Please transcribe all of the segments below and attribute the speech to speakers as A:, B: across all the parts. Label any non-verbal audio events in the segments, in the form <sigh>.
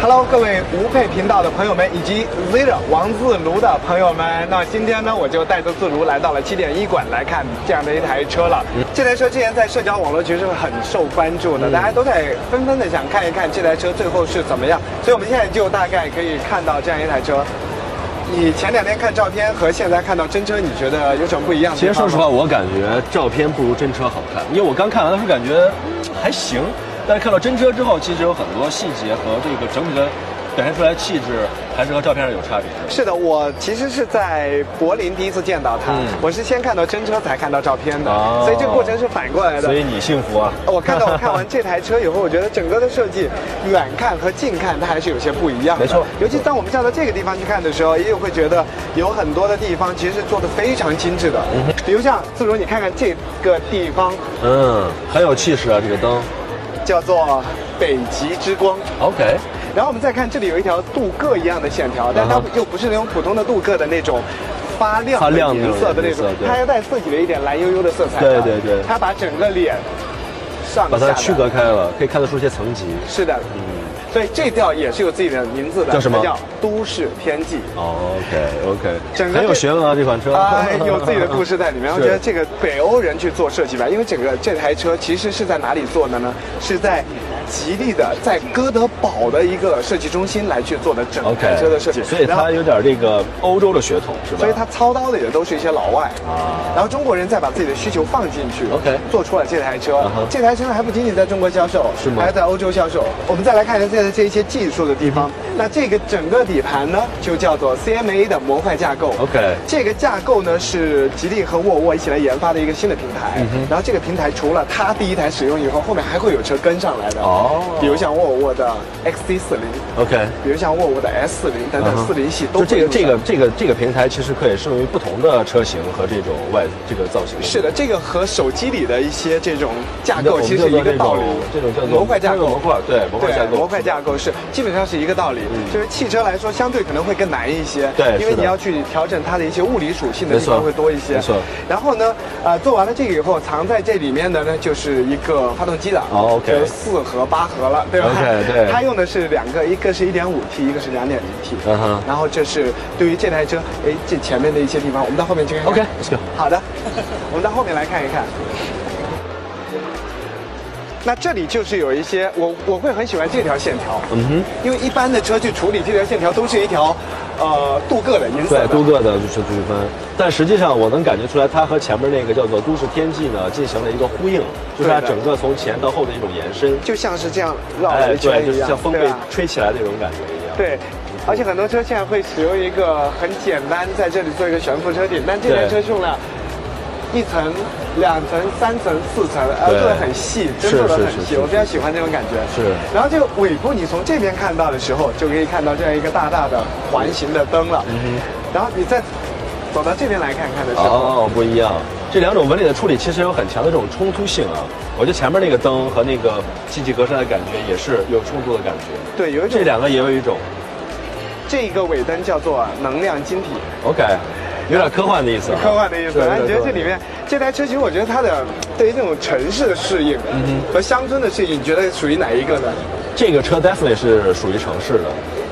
A: Hello，各位吴佩频道的朋友们，以及 Zero 王自如的朋友们，那今天呢，我就带着自如来到了七点一馆来看这样的一台车了。
B: 嗯
A: 这台车之前在社交网络群是很受关注的，大家都在纷纷的想看一看这台车最后是怎么样，所以我们现在就大概可以看到这样一台车。你前两天看照片和现在看到真车，你觉得有什么不一样的
B: 其
A: 地
B: 实
A: 方
B: 说
A: 吗？
B: 实话，我感觉照片不如真车好看，因为我刚看完的时候感觉嗯还行，但是看到真车之后，其实有很多细节和这个整体的表现出来的气质，还是和照片上有差别的。
A: 是的，我其实是在柏林第一次见到他，
B: 嗯
A: 我是先看到真车才看到照片的，
B: 哦
A: 所以这个过程是反过来的
B: 所。以你幸福啊！
A: 我看
B: <laughs>
A: 到我看完这台车以后，我觉得整个的设计，远看和近看它还是有些不一样的。
B: 没错
A: 尤其当我们站到这个地方去看的时候，也有会觉得有很多的地方其实是做的非常精致的。比如像自如，你看看这个地方
B: 嗯，很有气势啊，这个灯。
A: 叫做北极之光。
B: OK，
A: 然后我们再看这里有一条镀铬一样的线条，但它
B: 啊哈
A: 又不是那种普通的镀铬的那种发亮
B: 发
A: 的
B: 亮
A: 颜色的那
B: 那种
A: 种
B: 颜色，对
A: 它要带自己的一点蓝悠悠的色彩的。
B: 对对对
A: 它把整个脸上
B: 把
A: 下
B: 它
A: 的
B: 区隔开了，可以看得出一些层级。
A: 是的，所以这调也是有自己的名字的，
B: 嗯叫什么
A: 它叫都市天
B: <laughs>
A: 际。
B: 哦 OK
A: 整
B: OK，
A: 个
B: 很
A: 这
B: 有学问啊，这款车。
A: 啊，有自己的故事在里面。我
B: <laughs> 是
A: 觉得这个北欧人去做设计吧，因为整个这台车其实是在哪里做的呢？是在吉利的，在哥德堡的一个设计中心来去做的整台
B: OK
A: 车的设计。
B: 所以
A: 然后
B: 它有点这个欧洲的血统，是吧？
A: 所以他操刀的也都是一些老外
B: 啊
A: 然后中国人再把自己的需求放进去
B: OK
A: 做出了这台车
B: 啊哈
A: 这台车还不仅仅在中国销售，
B: 是吗
A: 还在欧洲销售。我们再来看一下现在这一些技术的地方，
B: 嗯
A: 那这个整个底盘呢，就叫做 CMA 的模块架构。
B: OK
A: 这个架构呢是吉利和沃尔沃一起来研发的一个新的平台，
B: 嗯
A: 然后这个平台除了它第一台使用以后，后面还会有车跟上来的
B: 哦
A: 比如像沃尔沃的 XC 四零，
B: OK。
A: 比如像沃尔沃的 S 四零等
B: 嗯
A: 等
B: 哼
A: 四零系都
B: 就这个
A: 会
B: 这
A: 用上
B: 个这个这个平台其实可以适用于不同的车型和这种外这个造型。
A: 是的，这个和手机里的一些这种架
B: 我
A: 构
B: 们
A: 其
B: 叫
A: 实
B: 做
A: 一个
B: 这种
A: 道理，
B: 这种叫做
A: 模块架构，
B: 模块对模块架构嗯
A: 模块架构是基本上是一个道理。就是汽车来说，相对可能会更难一些，
B: 对
A: 因为
B: 是的
A: 你要去调整它的一些物理属性的
B: 没
A: 地
B: 错
A: 方会多一些。
B: 没错
A: 然后呢，呃，做完了这个以后，藏在这里面的呢，就是一个发动机的，
B: 哦，OK
A: 就是四核八核了，对吧
B: OK，对
A: <laughs> 它用的是两个，一个是 1.5T，一个是 2.0T。
B: 嗯哼
A: 然后这是对于这台车，哎，这前面的一些地方，我们到后面去看看。
B: OK，let's go
A: 好的， <laughs> 我们到后面来看一看。那这里就是有一些我我会很喜欢这条线条，
B: 嗯哼，
A: 因为一般的车去处理这条线条都是一条，呃，镀铬的银色
B: 对
A: 的。
B: 镀铬的就是区分，但实际上我能感觉出来，它和前面那个叫做都市天际呢进行了一个呼应，就是它
A: 对的
B: 整个从前到后的一种延伸。
A: 就像是这样绕了
B: 哎，
A: 一圈
B: 对，就
A: 一
B: 是
A: 样，
B: 像风
A: 对啊
B: 被
A: 吧
B: 吹起来的那种感觉一样。
A: 对，而且很多车现在会使用一个很简单，在这里做一个悬浮车顶，但这台车
B: 对
A: 是用了一层、两层、三层、四层，呃，
B: 对
A: 做的很细，真
B: 是
A: 做的
B: 是
A: 很
B: 是
A: 细，
B: 是
A: 我比较
B: 是
A: 喜欢这种感觉。
B: 是
A: 然后这个尾部，你从这边看到的时候，就可以看到这样一个大大的环形的灯了。
B: 嗯
A: 然后你再走到这边来看看的时候，
B: 哦，不一样。这两种纹理的处理其实有很强的这种冲突性啊。我觉得前面那个灯和那个进气格栅的感觉也是有冲突的感觉。
A: 对，有一种
B: 这两个也有一种
A: 这个尾灯叫做能量晶体。
B: OK，有点科幻的意思啊。
A: 科幻的意思。
B: 对
A: 那你
B: 对
A: 觉得这
B: 对
A: 里面这台车，其实我觉得它的对于这种城市的适应
B: 嗯
A: 和乡村的适应，你觉得属于哪一个呢？
B: 这个车 definitely 是属于城市的，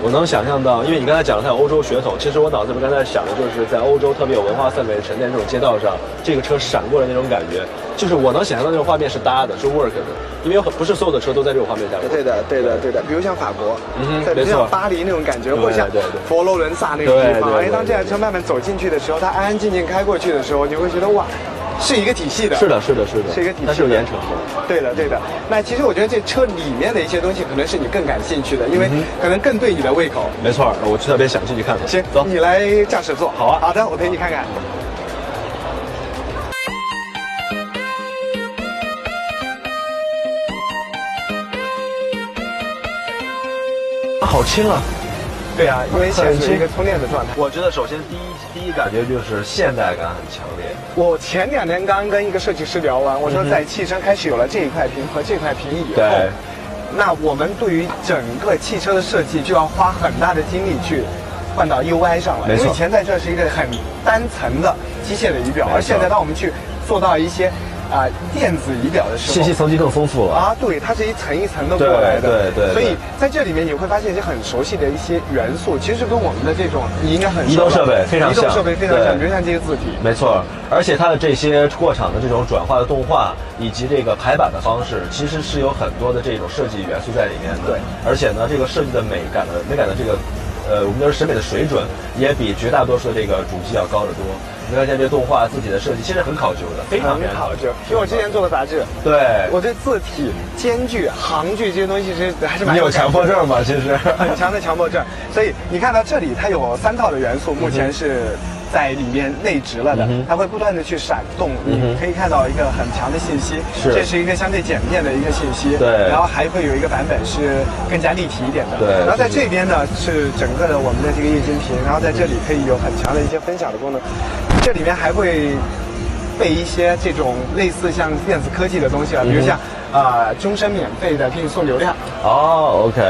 B: 我能想象到，因为你刚才讲了它有欧洲血统，其实我脑子里面刚才想的就是在欧洲特别有文化氛围沉淀这种街道上，这个车闪过的那种感觉，就是我能想象到那种画面是搭的，是 work 的，因为有很不是所有的车都在这种画面下。
A: 对的，对的，对的。比如像法国
B: 嗯，哼
A: 再比如
B: 没错
A: 像巴黎那种感觉，
B: 对
A: 或者像
B: 对对
A: 佛罗伦萨那个地方。
B: 对对
A: 哎，
B: 对
A: 当这台车
B: 对
A: 慢慢走进去的时候，它安安静静开过去的时候，你会觉得哇，是一个体系的。
B: 是的，是的，是的，
A: 是一个体系的
B: 它是有连成的。
A: 对的，对的。那其实我觉得这车里面的一些东西，可能是你更感兴趣的，因为
B: 嗯
A: 可能更对你的胃口。
B: 没错，我特别想进去看看。
A: 行，
B: 走。
A: 你来驾驶座。
B: 好啊
A: 好的，我陪你看看。
B: 好轻啊！
A: 对啊，因为现在是一个
B: 很
A: 充电的状态。
B: 我觉得首先第一第一感觉就是现代感很强烈。
A: 我前两天刚跟一个设计师聊完，我说在汽车开始有了这一块屏和这块屏以后，
B: 对
A: 那我们对于整个汽车的设计就要花很大的精力去换到 UI 上了。
B: 没
A: 因
B: 错
A: 为以前在这是一个很单层的机械的仪表，
B: 没错
A: 而现在当我们去做到一些啊、电子仪表的时候，
B: 信息层级更丰富了。
A: 啊，对，它是一层一层的过来的，
B: 对对对
A: 所以在这里面你会发现一些很熟悉的一些元素，其实跟我们的这种你应该很熟
B: 移动
A: 吧
B: 设备非常
A: 移动
B: 像
A: 设备非常
B: 对
A: 像，比如像这些字体。
B: 没错，而且它的这些过场的这种转化的动画，以及这个排版的方式，其实是有很多的这种设计元素在里面的。
A: 对，
B: 而且呢，这个设计的美感的美感的这个，呃，我们就是审美的水准，也比绝大多数的这个主机要高得多。你看现在这动画自己的设计，其实很考究的，非常
A: 很考究，因为我之前做过杂志，
B: 对，
A: 我对字体、间距、行距这些东西是还是蛮
B: <laughs> 你有
A: 感
B: 强
A: 觉
B: 迫症吗？其
A: <laughs>
B: 实。
A: 很强的强迫症。所以你看到这里，它有三套的元素，目前是在里面内植了的，
B: 嗯
A: 它会不断的去闪动，你可以看到一个很强的信息，
B: 是
A: 这是一个相对简便的一个信息，
B: 对
A: 然后还会有一个版本是更加立体一点的，
B: 对
A: 然后在
B: 就是
A: 这边呢是整个的我们的这个液晶屏，然后在这里可以有很强的一些分享的功能，这里面还会。备一些这种类似像电子科技的东西啊，
B: 嗯
A: 比如像啊、呃终身免费的给你送流量，
B: 哦，OK，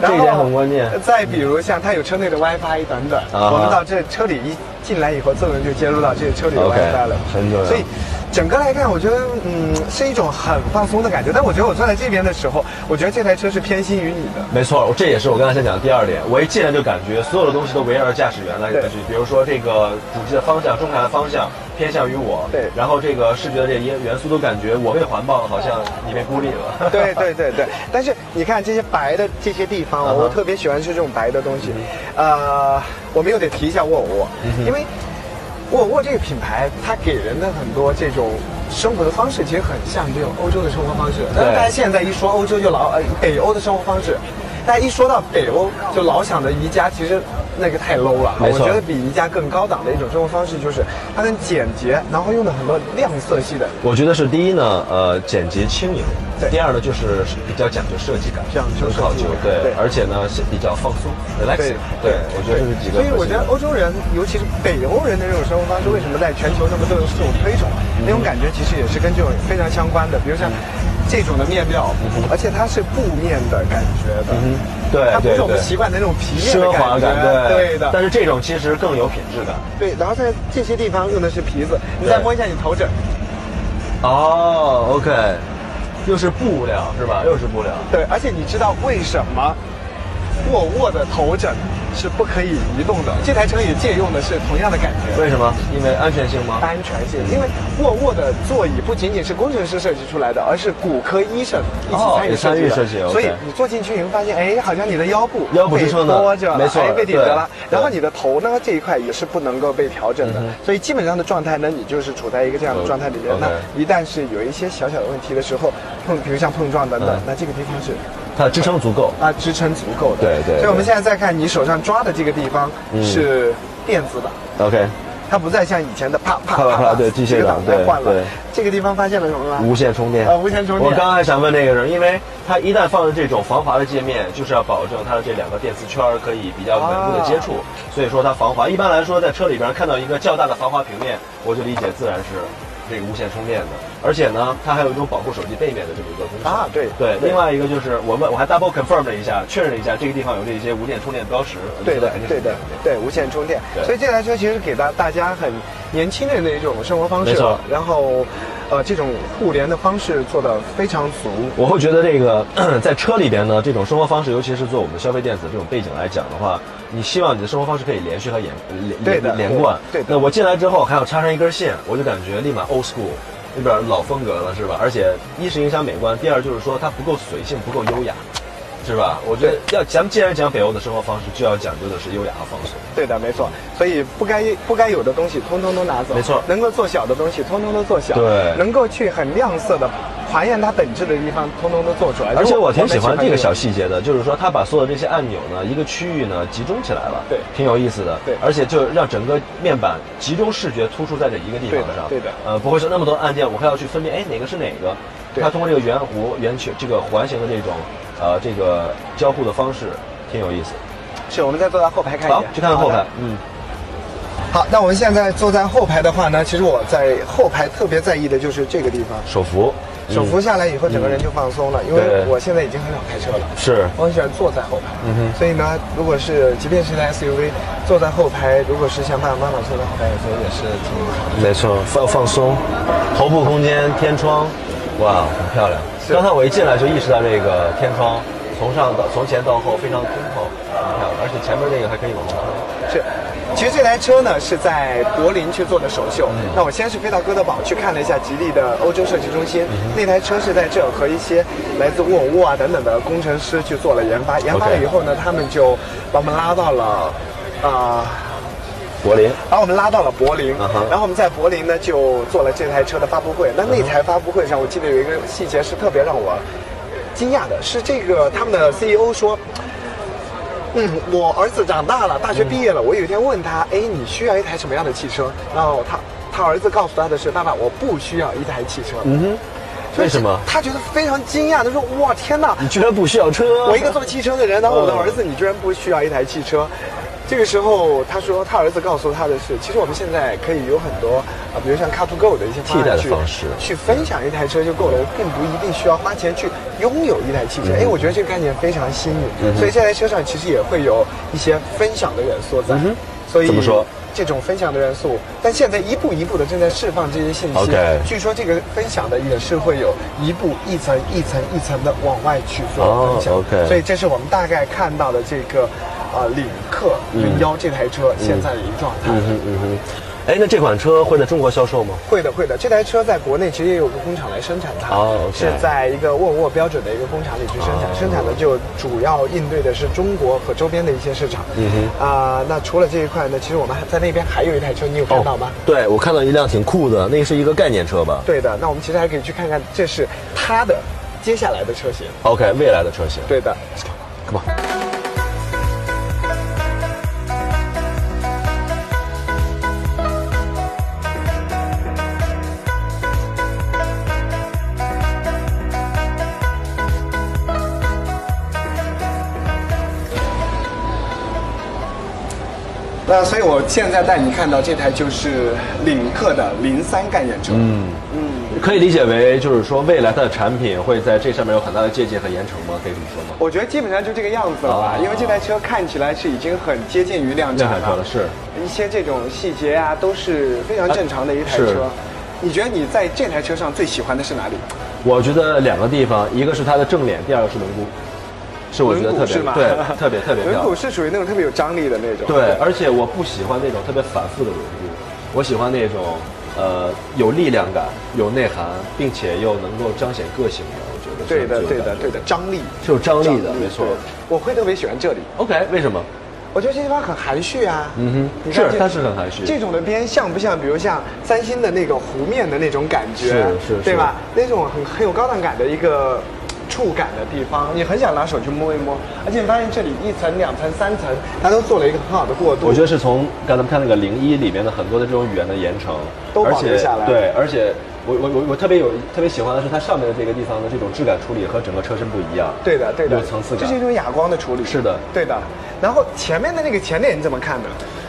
A: 然
B: 这
A: 后呃
B: 一点很关键。
A: 再比如像它有车内的 WiFi 等等，
B: 啊哈
A: 我们到这车里一进来以后，自动就接入到这车里的
B: OK，
A: WiFi 了，
B: 很重要
A: 所以整个来看，我觉得嗯是一种很放松的感觉。但我觉得我坐在这边的时候，我觉得这台车是偏心于你的。
B: 没错，这也是我刚才想讲的第二点。我一进来就感觉所有的东西都围绕着驾驶员来
A: 对
B: 来去，比如说这个主机的方向、中台的方向偏向于我，
A: 对
B: 然后这个视觉的这些元素都感觉我被环抱了，好像你被孤立了。
A: <laughs> 对对对对，但是你看这些白的这些地方，
B: 嗯哼嗯
A: 我特别喜欢吃这种白的东西。呃，我们又得提一下沃尔沃，因为沃尔沃这个品牌，它给人的很多这种生活的方式，其实很像这种欧洲的生活方式。但是大家现在一说欧洲就老呃北欧的生活方式，大家一说到北欧就老想着宜家，其实那个太 low 了。
B: 没
A: 我
B: 错
A: 觉得比宜家更高档的一种生活方式就是它很简洁，然后用的很多亮色系的
B: <laughs> 我觉得是第一呢，呃，简洁轻盈
A: 对；
B: 第二呢，就是比较讲究设计感，
A: 讲究
B: 很考究
A: 设计感，
B: 对
A: 对，
B: 而且呢是比较放松，relaxing，对，我觉得这是几
A: 所
B: 个核心的。
A: 以我觉得欧洲人，尤其是北欧人的这种生活方式，为什么在全球那么受受推崇？
B: 嗯
A: 那种感觉其实也是跟这种非常相关的，比如像这种的面料，而且它是布面的感觉的，
B: 对
A: 它不
B: 嗯对
A: 是我们
B: 对
A: 习惯的那种皮面
B: 奢
A: 的
B: 华
A: 感觉，
B: 感，
A: 对的。
B: 但是这种其实更有品质感。
A: 对，然后在这些地方用的是皮子，你再
B: 对
A: 摸一下你头枕，
B: 哦，OK，又是布料是吧？又是布料。
A: 对，而且你知道为什么沃尔沃的头枕是不可以移动的？这台车也借用的是同样的感觉。
B: 为什么？因为安全性吗？
A: 安全性，因为沃尔沃的座椅不仅仅是工程师设计出来的，而是骨科医生一起参与设计
B: 哦也参与
A: 的。
B: 设计，OK
A: 所以你坐进去，你会发现，哎，好像你的腰部
B: 腰部支撑的
A: 被拨着了，
B: 没错
A: 哎被顶着了。
B: 对嗯
A: 然后你的头呢这一块也是不能够被调整的，所以基本上的状态呢，你就是处在一个这样的状态里面。
B: 哦 OK
A: 那一旦是有一些小小的问题的时候，碰，比如像碰撞等等
B: 嗯，
A: 那这个地方是
B: 它的支撑足够。
A: 啊支撑足够的。
B: 对对
A: 所以我们
B: 对
A: 现在再看你手上抓的这个地方
B: 嗯
A: 是电子档。
B: OK，
A: 它不再像以前的啪啪
B: <laughs> 啪啪啪啊对
A: 这
B: 机械
A: 个
B: 档
A: 档再
B: 对
A: 换了
B: 对。
A: 这个地方发现了什么吗？
B: 无线充电。
A: 啊无线充电
B: 我刚刚还想问那个人，因为它一旦放了这种防滑的界面，就是要保证它的这两个电磁圈儿可以比较稳固的接触，
A: 啊
B: 所以说它防滑。一般来说，在车里边看到一个较大的防滑平面，我就理解自然是。这个无线充电的，而且呢，它还有一种保护手机背面的这么一个功能
A: 啊对
B: 对，
A: 对
B: 另外一个就是我们我还 double confirm 了一下，确认了一下这个地方有这些无线充电标识，
A: 对
B: 我觉得哎
A: 的
B: 肯定，是
A: 对的，对无线充电。
B: 对
A: 所以这台车其实给大大家很年轻人的一种生活方式
B: 没错，
A: 然后，呃，这种互联的方式做的非常足。
B: 我会觉得这个在车里边呢，这种生活方式，尤其是做我们消费电子这种背景来讲的话，你希望你的生活方式可以连续和连连
A: 对的
B: 连连贯。
A: 对对的
B: 那我进来之后还要插上一根线，我就感觉立马 old school，有点老风格了，是吧？而且一是影响美观，第二就是说它不够随性，不够优雅，是吧？我觉得要咱们既然讲北欧的生活方式，就要讲究的是优雅和放松。
A: 对的，没错。所以不该不该有的东西，通通都拿走。
B: 没错
A: 能够做小的东西，通通都做小。
B: 对
A: 能够去很亮色的还原它本质的地方，通通都做出来。
B: 而且
A: 如果
B: 我挺
A: 们
B: 喜欢这
A: 这
B: 个小
A: 种
B: 细节的，就是说它把所有这些按钮呢，一个区域呢集中起来了，
A: 对
B: 挺有意思的，
A: 对
B: 而且就让整个面板集中视觉突出在这一个地
A: 对
B: 方
A: 的
B: 上，
A: 对的
B: 呃，不会是那么多按键，我还要去分辨，哎，哪个是哪个？
A: 对
B: 它通过这个圆弧、圆球、这个环形的这种，呃，这个交互的方式，挺有意思。
A: 是，我们再坐到后排看一
B: 好
A: 眼，，
B: 去看看后
A: 好
B: 排
A: 的，
B: 嗯，
A: 好，那我们现在坐在后排的话呢，其实我在后排特别在意的就是这个地方，
B: 手扶，
A: 手扶下来以后，整个人就放松了，因
B: 对
A: 为我现在已经很少开车了。
B: 是
A: 我很喜欢坐在后排，所以呢，如果是即便是台 SUV，坐在后排，如果是像爸爸妈妈坐在后排，有时候也是挺好的。
B: 没错，放放松，头部空间、天窗，哇，很漂亮。刚才我一进来就意识到这个天窗，从上到从前到后非常通透，很漂亮，而且前面那个还可以往后推。
A: 是，其实这台车呢是在柏林去做的首秀。那我先是飞到哥德堡去看了一下吉利的欧洲设计中心，那台车是在这儿和一些来自沃尔沃啊等等的工程师去做了研发。研发了
B: OK
A: 以后呢，他们就把我们拉到了，啊、
B: 柏林，
A: 把我们拉到了柏林
B: 嗯哼
A: 然后我们在柏林呢就做了这台车的发布会。那
B: 啊
A: 那台发布会上，我记得有一个细节是特别让我惊讶的，是这个他们的 CEO 说。嗯，我儿子长大了，大
B: 嗯
A: 学毕业了。我有一天问他，哎，你需要一台什么样的汽车？然后他他儿子告诉他的是，爸爸，我不需要一台汽车。嗯
B: 为什么
A: 他觉得非常惊讶，他说，哇，天哪，
B: 你居然不需要车？
A: 我一个做汽车的人，然后我
B: 嗯
A: 的儿子，你居然不需要一台汽车。这个时候，他说他儿子告诉他的是，其实我们现在可以有很多啊，比如像 Car to Go 的一些
B: 替代的
A: 去
B: 方式
A: 去分享一台车就够了，并不一定需要花钱去拥有一台汽
B: 嗯
A: 车。哎，我觉得这个概念非常新颖，所以这台车上其实也会有一些分享的元素在。所以
B: 嗯怎么说？
A: 这种分享的元素，但现在一步一步的正在释放这些信息。
B: OK
A: 据说这个分享的也是会有一步一层一层一层的往外去做
B: 哦
A: 分享。
B: OK
A: 所以这是我们大概看到的这个，呃，领克零幺这台车现在的一个状态。
B: 嗯嗯哼，哎，那这款车会在中国销售吗？
A: 会的，会的。这台车在国内其实也有个工厂来生产它，
B: 哦，OK
A: 是在一个沃尔沃标准的一个工厂里去生产，
B: 哦
A: 生产的就主要应对的是中国和周边的一些市场。嗯哼。啊、那除了这一块呢，其实我们还在那边还有一台车，你有看到吗？
B: 哦对，我看到一辆挺酷的，那个是一个概念车吧
A: 对的，那我们其实还可以去看看，这是它的接下来的车型。
B: ？OK，未来的车型。
A: 对的，
B: ，Come on。
A: 那所以我现在带你看到这台就是领克的零三概念车。嗯嗯，
B: 可以理解为，就是说未来它的产品会在这上面有很大的借鉴和延承吗？可以这么说吗？
A: 我觉得基本上就这个样子了吧
B: 啊，
A: 因为这台车看起来是已经很接近于哦量
B: 那
A: 产
B: 还说
A: 了
B: 了，是，
A: 一些这种细节啊都是非常正常的一台
B: 是
A: 车。你觉得你在这台车上最喜欢的是哪里？
B: 我觉得两个地方，一个是它的正脸，第二个是轮毂，是我觉得
A: 轮
B: 特
A: 毂
B: 别
A: 是吗？
B: 对，特别特
A: <laughs>
B: 别
A: 轮
B: 漂
A: 毂
B: 亮。
A: 是属于那种特别有张力的那种。
B: 对，而且我不喜欢那种特别反复的轮毂，我喜欢那种呃有力量感、有内涵，并且又能够彰显个性的。我觉得
A: 对
B: 是
A: 的，
B: 最有
A: 对
B: 感
A: 的，
B: 觉
A: 对的，张力
B: 是有张力的，没错。
A: 对我会特别喜欢这里，
B: OK，为什么？
A: 我觉得这地方很含蓄啊。
B: 嗯哼
A: 你看
B: 是
A: 这
B: 它是很含蓄
A: 这种的边像不像，比如像三星的那个弧面的那种感觉，
B: 是是
A: 对吧？那种很很有高档感的一个触感的地方，你很想拿手去摸一摸。而且你发现这里一层、两层、三层，它都做了一个很好的过渡。
B: 我觉得是从刚才我们看那个零一里面的很多的这种语言的延承，
A: 都
B: 而
A: 保留
B: 且
A: 下来
B: 对，而且我我我我特别有特别喜欢的是它上面的这个地方的这种质感处理和整个车身不一样。
A: 对的，对的，
B: 有层次
A: 这
B: 感
A: 是。一种哑光的处理。
B: 是的
A: 对的。然后前面的那个前脸你怎么看呢？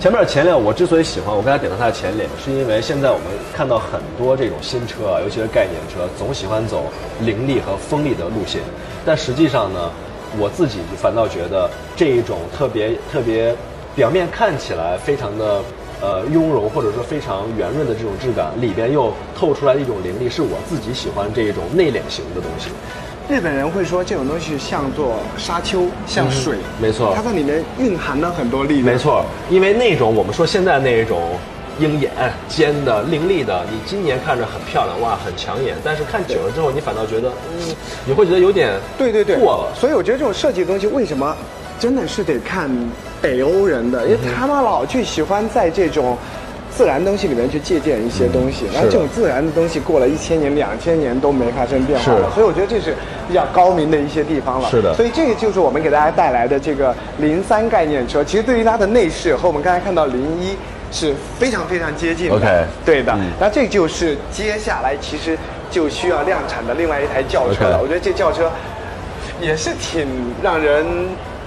B: 前面的前脸我之所以喜欢，我刚才点到它的前脸，是因为现在我们看到很多这种新车啊，尤其是概念车，总喜欢走凌厉和锋利的路线，但实际上呢，我自己反倒觉得这一种特别特别表面看起来非常的。呃，雍容或者说非常圆润的这种质感，里边又透出来一种凌厉，是我自己喜欢这一种内敛型的东西。
A: 日本人会说这种东西像做沙丘，像水，
B: 嗯没错
A: 它在里面蕴含了很多力量。
B: 没错，因为那种我们说现在那一种鹰眼、尖的、凌厉的，你今年看着很漂亮哇，很抢眼，但是看久了之后，你反倒觉得，嗯，你会觉得有点
A: 对对对，
B: 过了。
A: 所以我觉得这种设计的东西，为什么真的是得看北欧人的？因为他们老去喜欢在这种。自然东西里面去借鉴一些东西，
B: 嗯
A: 然后这种自然的东西过了一千年、两千年都没发生变化了，
B: 是
A: 所以我觉得这是比较高明的一些地方了。
B: 是的
A: 所以这个就是我们给大家带来的这个零三概念车。其实对于它的内饰和我们刚才看到零一是非常非常接近的。
B: OK
A: 对的
B: 嗯。
A: 那这就是接下来其实就需要量产的另外一台轿车
B: OK
A: 了。我觉得这轿车也是挺让人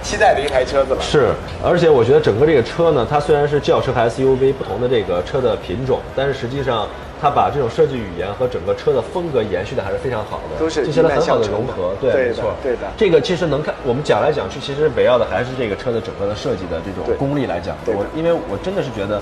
A: 期待的一台车子了。
B: 是，而且我觉得整个这个车呢，它虽然是轿车和 SUV 不同的这个车的品种，但是实际上它把这种设计语言和整个车的风格延续的还是非常好的，
A: 都是
B: 进行了很好
A: 一脉相
B: 的
A: 承
B: 融
A: 的
B: 合。
A: 对的
B: 没错，
A: 对的
B: 这个其实能看，我们讲来讲去，其实围绕的还是这个车的整个的设计的这
A: 对
B: 种功力来讲。
A: 对的
B: 我因为我真的是觉得。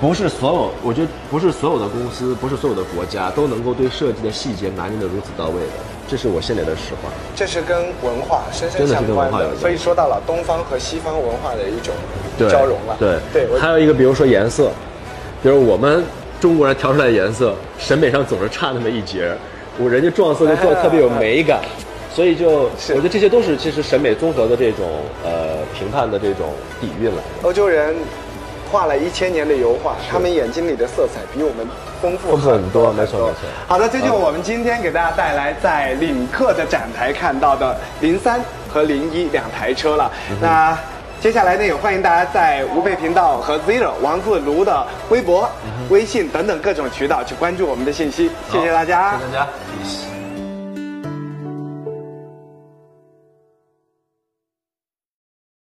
B: 不是所有，我觉得不是所有的公司，不是所有的国家都能够对设计的细节拿捏的如此到位的，这是我心里的实话。
A: 这是跟文化深深
B: 真的是
A: 相
B: 跟
A: 关
B: 文化有
A: 的，
B: 关
A: 所以说到了东方和西方文化的一种
B: 对
A: 交融了。
B: 对
A: 对，我
B: 还有一个，比如说颜色，比如我们中国人调出来的颜色，审美上总是差那么一截儿。我人家撞色就做的特别有美感，所以就我
A: 哎是
B: 觉得这些都是其实审美综合的这种呃评判的这种底蕴来的。
A: 欧洲人画了一千年的油画，他们眼睛里的色彩比我们丰富
B: 丰富很多没
A: 很
B: 错没错
A: 好的，这就是我们今天给大家带来在领克的展台看到的零三和零一两台车了。
B: 嗯
A: 那接下来呢，也欢迎大家在吴佩频道和 Zero 王自
B: 嗯
A: 如的微博、微信等等各种渠道去关注我们的信息。谢谢大家，
B: 谢谢大家。